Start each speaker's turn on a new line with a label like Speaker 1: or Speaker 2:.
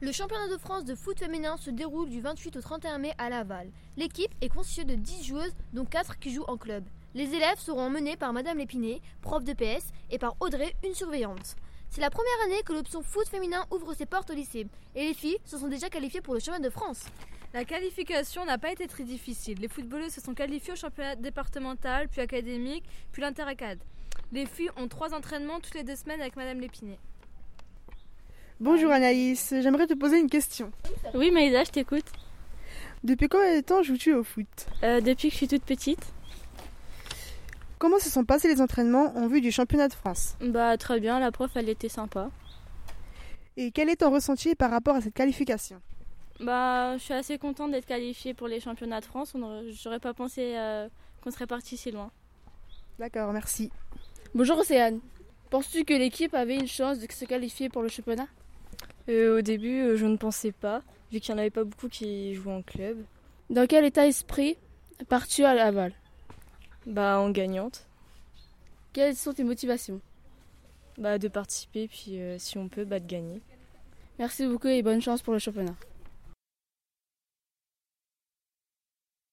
Speaker 1: Le championnat de France de foot féminin se déroule du 28 au 31 mai à Laval. L'équipe est constituée de 10 joueuses, dont 4 qui jouent en club. Les élèves seront emmenés par Madame Lépiné, prof de PS, et par Audrey, une surveillante. C'est la première année que l'option foot féminin ouvre ses portes au lycée, et les filles se sont déjà qualifiées pour le championnat de France.
Speaker 2: La qualification n'a pas été très difficile. Les footballeuses se sont qualifiées au championnat départemental, puis académique, puis l'interacade. Les filles ont trois entraînements toutes les deux semaines avec Madame Lépiné.
Speaker 3: Bonjour Anaïs, j'aimerais te poser une question.
Speaker 4: Oui Maïsa, je t'écoute.
Speaker 3: Depuis combien de temps joues-tu au foot
Speaker 4: Euh, depuis que je suis toute petite,
Speaker 3: Comment se sont passés les entraînements en vue du championnat de France
Speaker 4: bah très bien, la prof elle était sympa.
Speaker 3: Et quel est ton ressenti par rapport à cette qualification
Speaker 4: Bah je suis assez contente d'être qualifiée pour les championnats de France, on n'aurait- j'aurais pas pensé euh, qu'on serait parti si loin.
Speaker 3: D'accord, merci.
Speaker 5: Bonjour Océane. Penses-tu que l'équipe avait une chance de se qualifier pour le championnat
Speaker 6: Euh, au début, euh, je ne pensais pas, vu qu'il n'y en avait pas beaucoup qui jouaient en club.
Speaker 5: Dans quel état esprit pars-tu à Laval
Speaker 6: Bah, en gagnante,
Speaker 5: Quelles sont tes motivations
Speaker 6: bah, de participer, puis euh, si on peut, bah, de gagner.
Speaker 5: Merci beaucoup et bonne chance pour le championnat.